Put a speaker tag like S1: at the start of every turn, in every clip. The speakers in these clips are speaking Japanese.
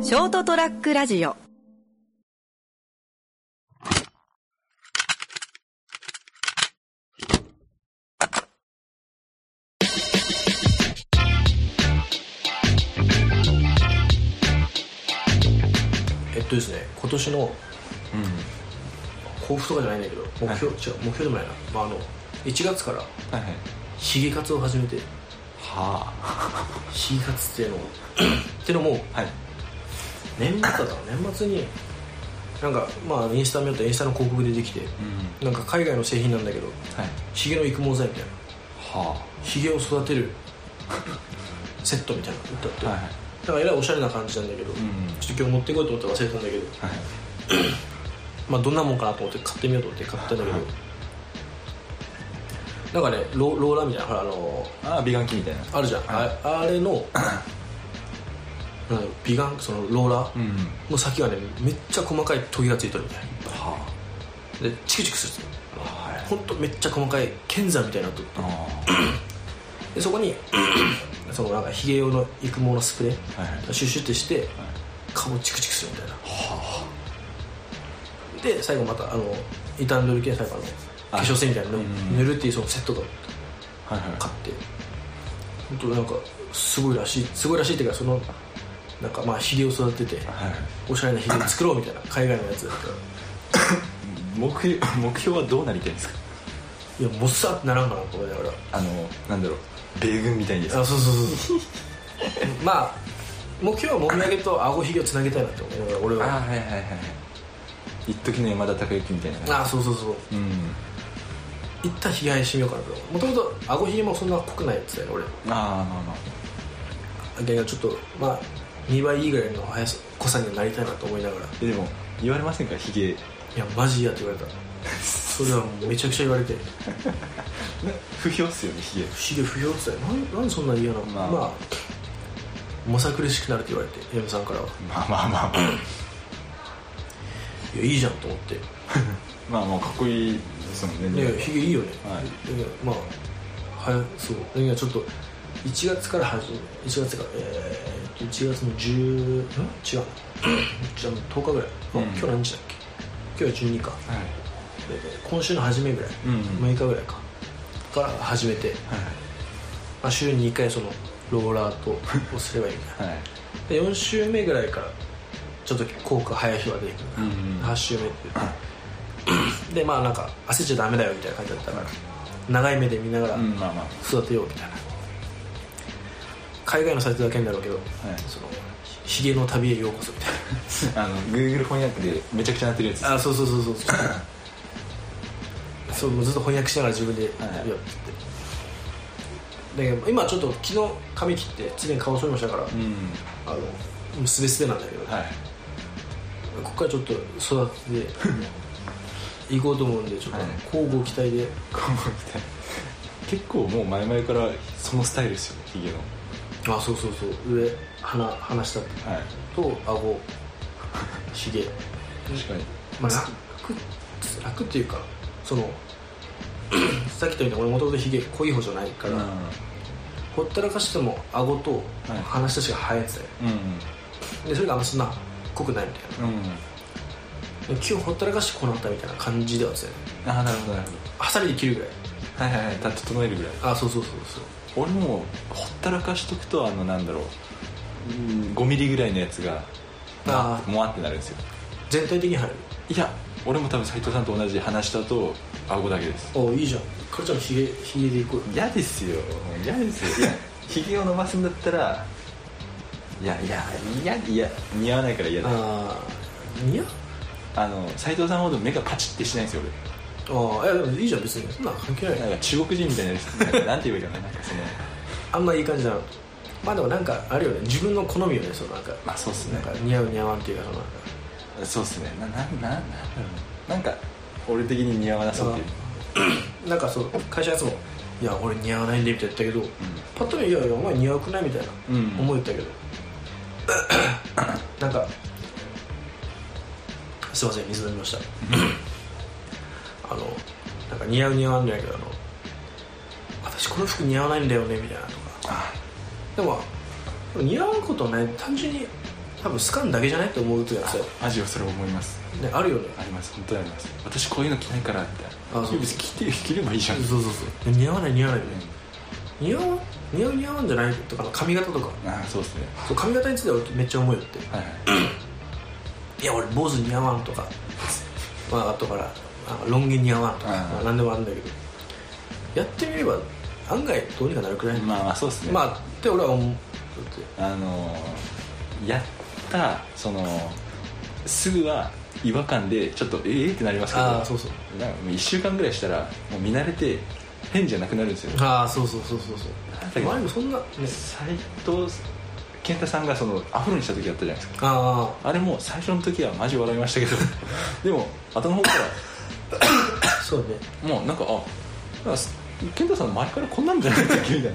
S1: ショートトラックラジオ
S2: えっとですね今年の抱負とかじゃないんだけど目標、違う目標でもないな、まあ、あの1月から
S3: はいはい
S2: ヒゲ活を始めて
S3: は
S2: ヒゲ活っていう のをっていうのも
S3: あはい
S2: 年末だったの年末になんかまあインスタ見るとインスタの広告出てきて
S3: うん
S2: なんか海外の製品なんだけど
S3: はい
S2: ヒゲの育毛剤みたいな
S3: は
S2: ヒゲを育てるセットみたいなの売ってあって、
S3: あはいはい
S2: だからえらいおしゃれな感じなんだけど、
S3: ん
S2: ちょっと今日持ってこいと思ったら忘れたんだけど
S3: はい
S2: まあ、どんなもんかなと思って買ってみようと思って買ったんだけど、なんかねロローラーみたいなほらあの
S3: ああ美顔器みたいな
S2: あるじゃん、ああれ のなんだろう美顔そのローラー
S3: ん
S2: の先がねめっちゃ細かい研ぎがついてるみたい
S3: は
S2: でチクチクする
S3: あはい
S2: ほんとめっちゃ細かい剣山みたいになと
S3: あ
S2: でそこにそのなんかヒゲ用の育毛のスプレー、
S3: あはいはい
S2: シュッシュッてして顔をチクチクするみたいな、で最後またあの傷んでる系の最後あの化
S3: あ
S2: 粧水みたいなの
S3: うん
S2: 塗るっていうそのセットが
S3: はいはい
S2: 買って本当なんかすごいらしいすごいらしいっていうかそのなんかまあヒゲを育てて
S3: はいはい
S2: おしゃれなヒゲを作ろうみたいな海外のやつだったら
S3: 目標 目標はどうなりたいんですか
S2: いやもっさってならんかなと思いながら
S3: あのなんだろう米軍みたいにです
S2: あそうそうそう まあ目標はもみあげと顎ひげをつなげたいなって思いながら俺は
S3: はいはいはいはい一時の山田孝之みたいな感
S2: あそうそうそう
S3: じうん
S2: 一旦ひげ生やしてみようかなともともと顎ひげもそんな濃くないやつだよね俺
S3: ああまあまあ
S2: だけどちょっとまあ2倍いいぐらいの速さ濃さにはなりたいなと思いながら
S3: えでも言われませんかヒゲ
S2: いやマジ嫌って言われたそれはもうめちゃくちゃ言われて
S3: 不評っすよねヒゲ
S2: 不思議不評ってなんなんでそんなに嫌なのまあ、
S3: まあ
S2: まあ、むさ苦しくなるって言われて M さんからは
S3: まあまあまあまあ
S2: いやいいじゃんと思って「
S3: まあもうかっこいいその年
S2: い
S3: 齢
S2: やヒゲいいよね」
S3: はい
S2: いやまあはやそういやちょっと1月から始め1月からえーっと1月の10ん違う じゃあ10日ぐらい、あ
S3: うん
S2: 今日何日だっけ今日は12か
S3: はい
S2: で今週の初めぐらい、
S3: うんうん
S2: 6日ぐらいかから始めて、まあ、週に2回そのローラーとをすればいいみたいな
S3: はいはい
S2: で4週目ぐらいからちょっと効果早い日は出てくる、
S3: うんうん
S2: 8週目っていうでまあなんか焦っちゃダメだよみたいな感じだったから長い目で見ながら
S3: うんまあまあ
S2: 育てようみたいな、海外のサイトだけんだろうけど、そのひげの旅へようこそみたい
S3: あの Google 翻訳でめちゃくちゃなってるやつ
S2: な あそうそうそうそうそうそうもうずっと翻訳しながら自分でやって
S3: はい
S2: て、だけど今ちょっと昨日髪切って常に顔剃りましたから、
S3: うん
S2: あのもうすべすべなんだけど、
S3: はい
S2: ここからちょっと育 てて行こうと思うんでちょっと
S3: はい
S2: 交互期待で、
S3: こうみたい結構もう前々からそのスタイルですよねヒゲの
S2: あそうそうそう上鼻鼻下と
S3: はい
S2: 顎ひ げ、
S3: 確かに
S2: まあ、楽楽っていうかその さっきと言ったように俺もともとひげ濃い方じゃないから、ほったらかしても顎と
S3: はい
S2: 鼻下しか生えてたよ
S3: うん
S2: でそれがあんまそんな濃くないみたい
S3: うんうん
S2: なで基本ほったらかしてこうなったみたいな感じではですね
S3: ああなるほどなるほ
S2: ハサミで切るぐらい
S3: どはいはいはいだ整えるぐらい
S2: あそうそうそうそう
S3: 俺もほったらかしとくとあのなんだろう5ミリぐらいのやつが
S2: あー
S3: もわってなるんですよ
S2: 全体的に入る
S3: いや俺も多分斉藤さんと同じ話だと顎だけです
S2: おいいじゃんかるちゃんひげひげでいこう
S3: 嫌ですよ嫌ですよいや ひげを伸ばすんだったらいやいやいやいや似合わないから嫌だ
S2: ああいや
S3: あの斉藤さんほど目がパチってしないんですよ
S2: ああいやでもいいじゃん別にそんなの関係ない
S3: 俺なんか中国人みたいななんかなんて言えばいいかななんかその
S2: あんまいい感じだなまあでもなんかあるよね自分の好みよねそのなんか
S3: まあそうっす
S2: な
S3: ね
S2: んか似合う似合わんっていうかそのなんか
S3: そうっすねななななんだろうなんか俺的に似合わなそうっていう
S2: なんかそう会社のやつも「いや俺似合わないんで」みたいな言ったけど、パッと見「いやいやお前似合うくない?」みたいな、
S3: うん
S2: 思えたけど なんかすいません水飲みました あのなんか似合う似合わんじゃないけどあの「私この服似合わないんだよね」みたいなとかでもでも似合うことはない単純に多分スカンだけじゃないって思う時あるさ、ね、
S3: マジはそれ思います
S2: あるよね
S3: あります本当にあります私こういうの着ないからみたいな
S2: あそう
S3: いや別に着て着ればいいじゃん、
S2: そうそうそう似合わない似合わないよね似合う似合う似合うんじゃないとか髪型とか
S3: ああそうですね
S2: そう髪型については俺めっちゃ思うよって
S3: はいはい
S2: いや俺坊主似合わんとか、まあ、後からあロン毛似合わんとか、
S3: うん
S2: まあ、何でもあるんだけどやってみれば案外どうにかなるくらい、
S3: まあまあそうですね、
S2: まあって俺は思う
S3: あのーやったそのすぐは違和感でちょっとええー、ってなりますけど
S2: ああそうそう
S3: なんかもう1週間ぐらいしたらもう見慣れて変じゃなくなるんですよ
S2: ああそうそうそうそうそう前もそんなね
S3: 斎藤健太さんがそのアフロにした時あったじゃないですか
S2: あ
S3: あれも最初の時はマジ笑いましたけど でも後の方か
S2: あそうね
S3: らもうなんかあなんかす健太さんの前からこんなんじゃないっけみたい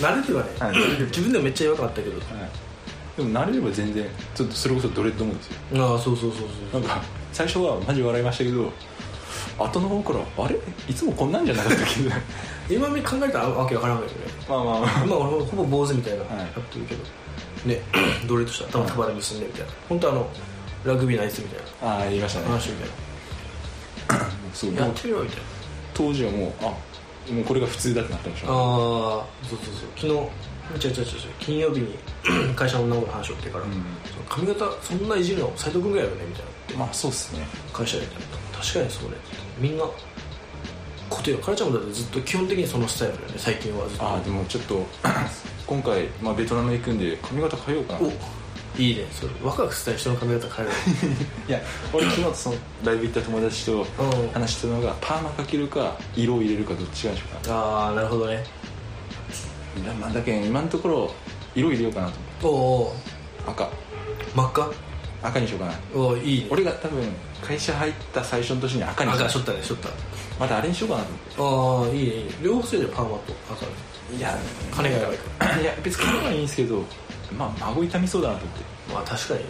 S2: 慣れてはね、
S3: はい
S2: 自分でもめっちゃ違和感あったけど
S3: な、はい、でも慣れれば全然ちょっとそれこそドレッドもですよ
S2: ああそうそうそうそう
S3: な
S2: ん
S3: か最初はマジ笑いましたけど後の方からあれいつもこんなんじゃなかったっけど
S2: 今見考えたらわけわからんけどね
S3: まあまあまあ
S2: 今俺もほぼ坊主みたいな
S3: はい
S2: やってるけど、ね 奴隷として頭束で結んでみたいな本当あのラグビーのあいつみたいな
S3: ああ言いましたね
S2: 話みたい
S3: そう
S2: な
S3: も
S2: や
S3: う
S2: ってみようみたいな
S3: 当時はもうあもうこれが普通だってなってましたあ
S2: ああそうそうそう昨日違う違う違う違う金曜日に 会社の女の子の話をってから、
S3: うん
S2: その髪型そんないじるの斎藤君ぐらいよねみたいな
S3: まあそうっすね
S2: 会社で確かにそうねみんな固定カラちゃんもだってずっと基本的にそのスタイルだよね最近はずっと
S3: ああでもちょっと 今回、まあ、ベトナム行くんで髪型変えようかな
S2: おいいねそれワクワクした人の髪型変える
S3: いや俺昨日そのライブ行った友達と
S2: うん
S3: 話してたのがパーマかけるか色を入れるかどっちがいいでしょうか
S2: ああなるほどね
S3: いやまあだけど今のところ色入れようかなと
S2: おお
S3: 思って赤
S2: 真っ赤
S3: 赤にしようかな
S2: おおいいね
S3: 俺が多分会社入った最初の年に赤に
S2: 赤
S3: し
S2: しょ
S3: た
S2: ったねしょった
S3: またあれにしようかなと思っ
S2: ああいいねいいね両方するじゃんパーマと赤で
S3: ていや
S2: 金がやばい
S3: いや別に金はいいんですけどまあ孫痛みそうだなと思って
S2: まあ確かにね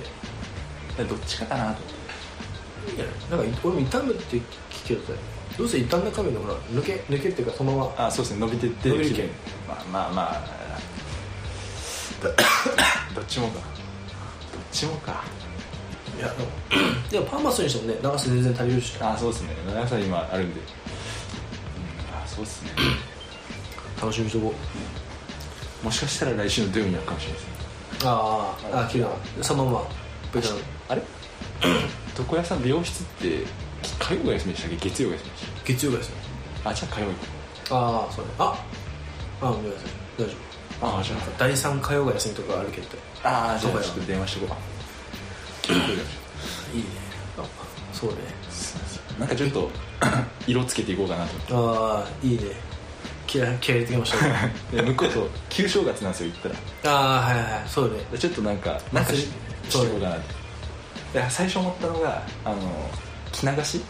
S3: だからどっちかかなと思って
S2: いいんじゃないなんか俺も痛むって聞けどさどうせ傷んだ髪のほら抜け抜けっていうかそのまま
S3: あそうですね伸びてって
S2: 伸びる
S3: 綺麗にまあまあまあどどっちもかどっちもか
S2: いや でもでもパーマするにしてもね長さ全然足りるし
S3: あそうですね長さ今あるんで、うん、あそうですね
S2: 楽しみにしとこう
S3: もしかしたら来週の土曜日にあるかもしれないですね
S2: あーあー綺麗なそのままベタな
S3: あれ床屋さん美容室って火曜が休みでしたっけ月曜が休みでし
S2: 月曜日ですね
S3: たあじゃあ火曜日
S2: ああそうねああごめんなさい大丈
S3: ああじゃ
S2: 夫第3火曜が休みとかあるけど
S3: ああじゃ
S2: ど
S3: あ
S2: こ
S3: ち
S2: よ
S3: ょっと電話してこうか
S2: いいねあそうね
S3: なんかちょっと 色つけていこうかなと思っ
S2: ああいいね気合気合入れてきましたね
S3: てで向こうと旧正月なんですよ行ったら
S2: ああはいはいそうね
S3: でちょっとなんかなんかしし
S2: そう
S3: ていこうかなといや最初思ったのがあの着流し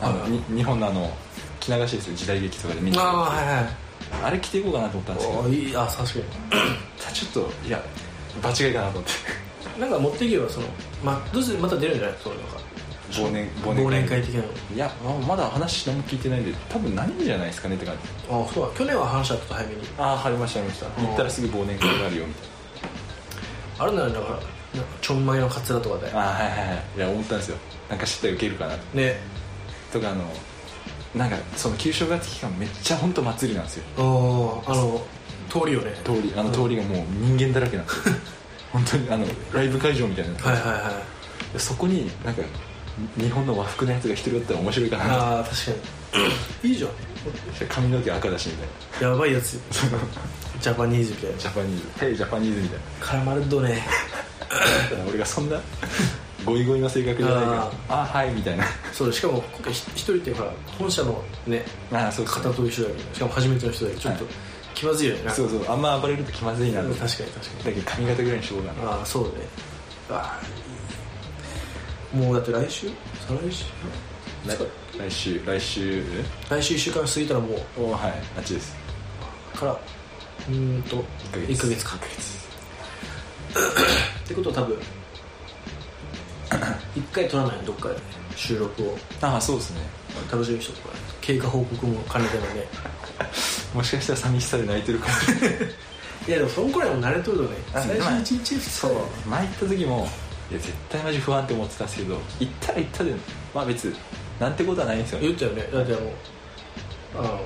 S3: あの
S2: あ
S3: に日本のあの着流しですよ時代劇とかで見て
S2: ああ
S3: あ
S2: はいはい
S3: あれ着ていこうかなと思ったんですけ
S2: お
S3: ど
S2: ーいいあ確か
S3: ただちょっといや場違いかなと思って
S2: になんか持っていけばその、ま、どうせまた出るんじゃないそういうのが
S3: 忘年
S2: 忘年会的なの
S3: いやまあまだ話何も聞いてないんで多分ないんじゃないですかねって感じ
S2: ああそうだ去年は話したと早めに
S3: ああ晴れました晴れました
S2: ん
S3: 行ったらすぐ忘年会があるよみたい
S2: あるならだからなんかちょんまげのカツラとかで
S3: なああはいはいはいいや思ったんですよなんか知ったらウケるかなと
S2: ね
S3: とかあのなんかその旧正月期間めっちゃ本当祭りなんですよ
S2: あーあの通りよね
S3: 通りあの通りがもう人間だらけなんですよ本当にあのライブ会場みたいな、
S2: はいはいはい
S3: でそこになんか日本の和服のやつが一人だったら面白いかな
S2: ああ確か にいいじゃん
S3: 髪の毛赤だしみたい
S2: やばいや つ
S3: な
S2: ジャパニーズみたいな
S3: ジャパニーズヘイジャパニーズみたいな
S2: 絡まれっとね
S3: だから俺がそんなゴイゴイの性格じゃないからああはいみたいな
S2: そうしかも今回ひ一人ってほら本社のね
S3: ああそうそう
S2: 方と一緒だけどしかも初めての人だけどちょっと
S3: はい
S2: 気まずいよねなんか
S3: そうそうあんま暴れると気まずいなと
S2: う
S3: 思
S2: ん
S3: って
S2: 確かに確かに
S3: だけど髪型ぐらいにしようかな
S2: ああそうねああいいもうだって来週再来週
S3: 来来週来週
S2: 来週1週間過ぎたらもう
S3: おはいあっちです
S2: からうーんと1ヶ月か
S3: 1ヶ月
S2: ってことは多分一回取らないのどっかで収録を
S3: ああそうですね
S2: 楽しみにしとくから経過報告も兼ねてので
S3: もしかしたら寂しさで泣いてるかもしれない
S2: いやでもそのくらいも慣れとるとね
S3: あ
S2: 最
S3: まあ
S2: 初一日二日
S3: そう前行った時もいや絶対マジ不安って思ってたんですけど行ったら行ったでまあ別になんてことはないんですよね
S2: 言ったよねだってあのあの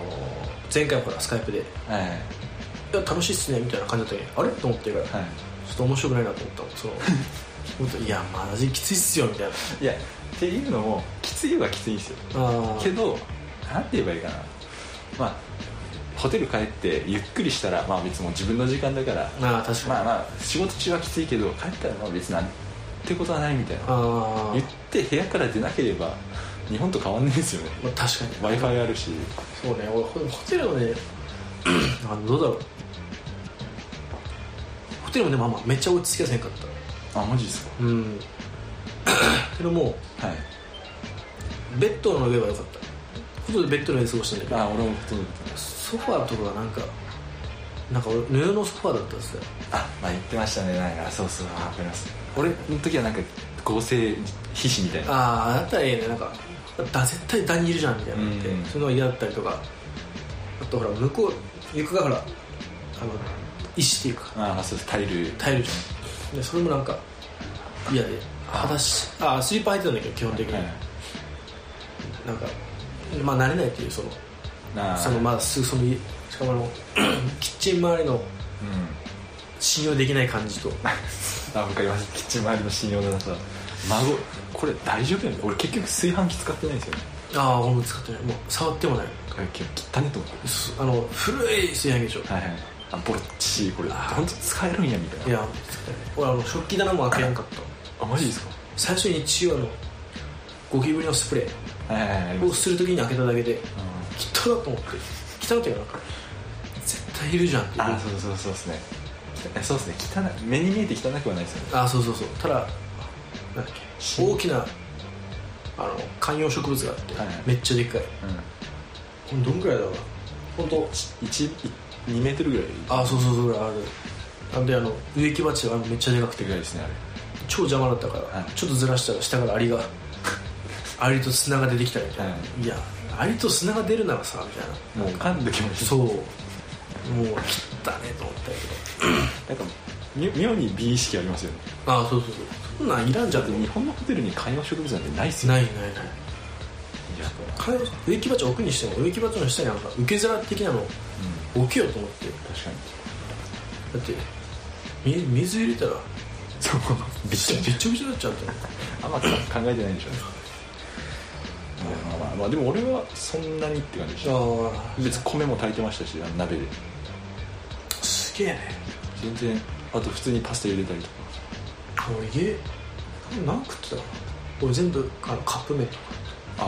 S2: 前回もほらスカイプで「い
S3: はいはい
S2: や楽しいっすね」みたいな感じだったけどあれと思ってからちょっと面白くないなと思ったもん そのもっと「いやマジきついっすよ」みたいない
S3: やっていうのもきついはきついんですよ
S2: あ
S3: けどなんて言えばいいかなまあホテル帰ってゆっくりしたらまあ別にもう自分の時間だから
S2: ああ確かに、
S3: まあまあ仕事中はきついけど帰ったらまあ別になんてことはないみたいな
S2: あ
S3: 言って部屋から出なければ日本と変わんないですよね
S2: ーまあ確かに
S3: w i f i あるし
S2: そうね俺ホホテルはね あのどうだろうホテルもねまあまあめっちゃ落ち着きやせんかった
S3: あマジですか
S2: うん けども
S3: はい
S2: ベッドの上は良かった外でベッドの上で過ごしたんだけど
S3: あ俺もほとんど見てない
S2: ソファーとかなんかなんか俺布のソファーだったんですよ
S3: あまあ言ってましたねなんかそうそうわかります俺の時はなんか合成皮脂みたいな
S2: ああだったらええねなんかだ絶対ダニいるじゃんみたいなのって、
S3: うん
S2: そういうのが嫌だったりとかあとほら向こう床がほらあの石っていうか
S3: ああそうですタイル
S2: 耐えるじゃんでそれもなんか嫌で裸足あスリッパ履いてたんだけど基本的に、
S3: はい
S2: なんかまあ慣れないっていうその
S3: なあ
S2: そのまだすぐそのしかもあの キッチン周りの
S3: うん
S2: 信用できない感じと
S3: あ分かりますキッチン周りの信用のなさ孫これ大丈夫やね俺結局炊飯器使ってないんですよね
S2: ああ俺も使ってないもう触ってもない
S3: これ結構汚ねと思っ
S2: すあの古い炊飯器でしょ
S3: たはいはいあボロッチこれ本当使えるんやみたいない
S2: や使ってない俺あの食器棚も開けやんかった
S3: あマジですか
S2: 最初に一応あのゴキブリのスプレ
S3: はいはいはいあり
S2: ー
S3: ま
S2: を
S3: す
S2: するときに開けただけで
S3: うん
S2: 汚だと思って汚いというかなんか絶対いるじゃんっていう
S3: あそうそうそうですねきそうですね汚い目に見えて汚くはないですよね
S2: あそうそうそうただなんだっけ
S3: し
S2: 大きなあの観葉植物があって、
S3: はいはい
S2: めっちゃでっかいこれどんくらいだろうな本当
S3: うん1 2メートルぐらい
S2: あそうそうそうあるなんであの植木鉢がめっちゃでかくて
S3: ぐらいですねあれ
S2: 超邪魔だったから、
S3: はい
S2: ちょっとずらしたら下からア リがアリと砂が出てきたみたいな、、
S3: はい
S2: やアリと砂が出るならさみたいな
S3: もう噛んどきました
S2: そうもう切ったねと思ったけど
S3: なんかみ妙に美意識ありますよね
S2: あそうそうそうそんなんいらんじゃ
S3: だ
S2: ん
S3: っ
S2: と思
S3: て
S2: う
S3: 日本のホテルに観葉植物なんてないっすよ
S2: ないないない
S3: いやこれは
S2: か植木鉢を置くにしても植木鉢の下になんか受け皿的なの
S3: うん
S2: 置けようと思って
S3: 確か
S2: だ
S3: に
S2: ってみ水入れたら
S3: そう
S2: びっちょびっちょびちょになっちゃうと思う
S3: あんま考えてないんでしょうねまあまあまあ、まあ、でも俺はそんなにって感じでした
S2: あ
S3: 別に米も炊いてましたしあの鍋で
S2: あすげえね
S3: 全然あと普通にパスタ入れたりとか
S2: 俺家何食ってたの俺全部あのカップ麺とか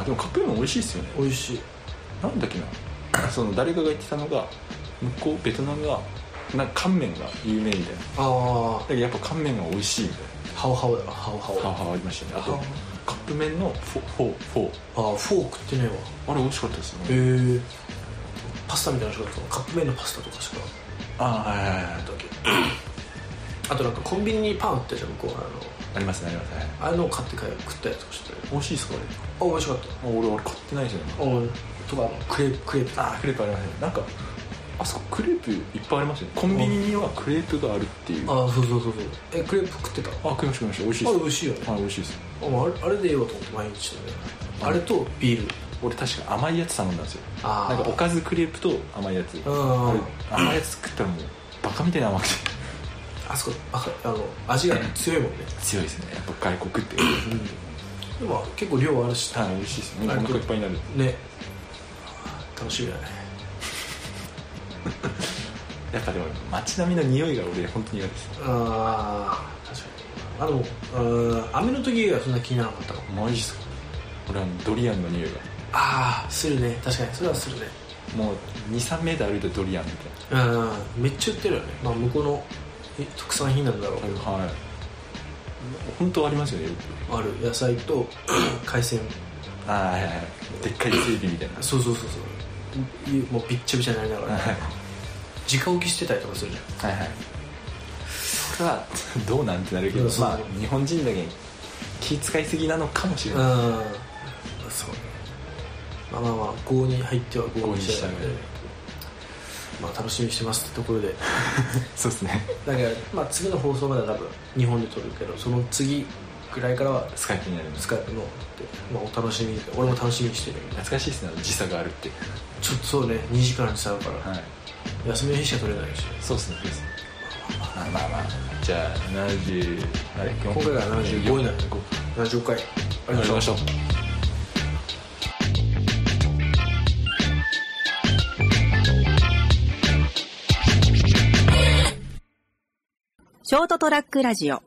S3: あでもカップ麺美味しいですよね
S2: 美味しい
S3: なんだっけなその誰かが言ってたのが向こうベトナムがなんか乾麺が有名みたいなだ
S2: あ
S3: けどやっぱ乾麺が美味しいみたい
S2: あハオハオだハオハ
S3: な
S2: オ
S3: ははありましたねあ
S2: あ
S3: とカップ麺のフォフォフォ
S2: ああフォーク食ってねえわ
S3: あれ美味しかったですよね
S2: へえパスタみたいなのしかったカップ麺のパスタとかしか
S3: ああはいはいはい
S2: あったわけあとなんかコンビニにパン売ってたじゃん向こう
S3: ありますねありますね
S2: あのあのを買って帰食ったやつとかしてたよ
S3: 美味しいですか
S2: あ美味しかった
S3: あれあ俺俺買ってないですよね
S2: あとかあのクレープクレープ
S3: あクレープありますねなんかあそこクレープいっぱいありますよねコンビニにはクレープがあるっていうあ
S2: ああそうそうそうそうえクレープ食ってたあ
S3: 食いました食いました美味しい
S2: れ
S3: で
S2: 美味しいよね
S3: すはい美味しいです
S2: あもうあれあれでええわと思って毎日のねあれとビール
S3: 俺確か甘いやつ頼んだんですよ
S2: あー
S3: なんかおかずクレープと甘いやつ
S2: ん
S3: あれ甘いやつ食ったらもうバカみたいな甘くて
S2: あそこああの味が強いもんね、
S3: 強いですねやっぱ外国って
S2: でも結構量あるし
S3: はい美味しいですねもうお腹いっぱいになる
S2: ね楽しみだね
S3: やっぱでも街並みの匂いが俺本当に嫌です
S2: ああ確かにあでもうん雨の時以外はそんな気にならなかったかも
S3: マジですか俺あのドリアンの匂いが
S2: ああするね確かにそれはするね
S3: もう23メーター歩いてドリアンみたいな
S2: うんめっちゃ売ってるよね、まあ、向こうのえ特産品なんだろうけど
S3: はい本当ありますよねよく
S2: ある野菜と 海鮮
S3: あーはいはいはいでっかい整備みたいな
S2: そうそうそうそういもうびっちゃびちゃになりながら
S3: はい
S2: 直置きしてたりとかするじゃん
S3: はいはいそれはどうなんてなるけど
S2: うんそう
S3: まあ日本人だけに気遣いすぎなのかもしれない、
S2: うんそうまあまあまあ合に入っては合
S3: 合
S2: に
S3: 意
S2: し
S3: したた
S2: いの
S3: 上で
S2: でまあ、楽しみにしてますってところ で
S3: そうですね
S2: だから、まあ、次の放送までは多分日本で撮るけどその次ぐらいからは
S3: スカイプになります
S2: スカイプのって、まあ、お楽しみに俺も楽しみにしてるんで
S3: 懐かしいですね時差があるって
S2: ちょっとそうね2時間ちゃうから、
S3: はい
S2: 休みの日しか撮れないし
S3: そうですねまあまあまあじゃあ70あれ
S2: 今回が75になる75回あり
S3: や
S2: がと
S3: り
S2: う
S3: ましょう
S1: ショートトラックラジオ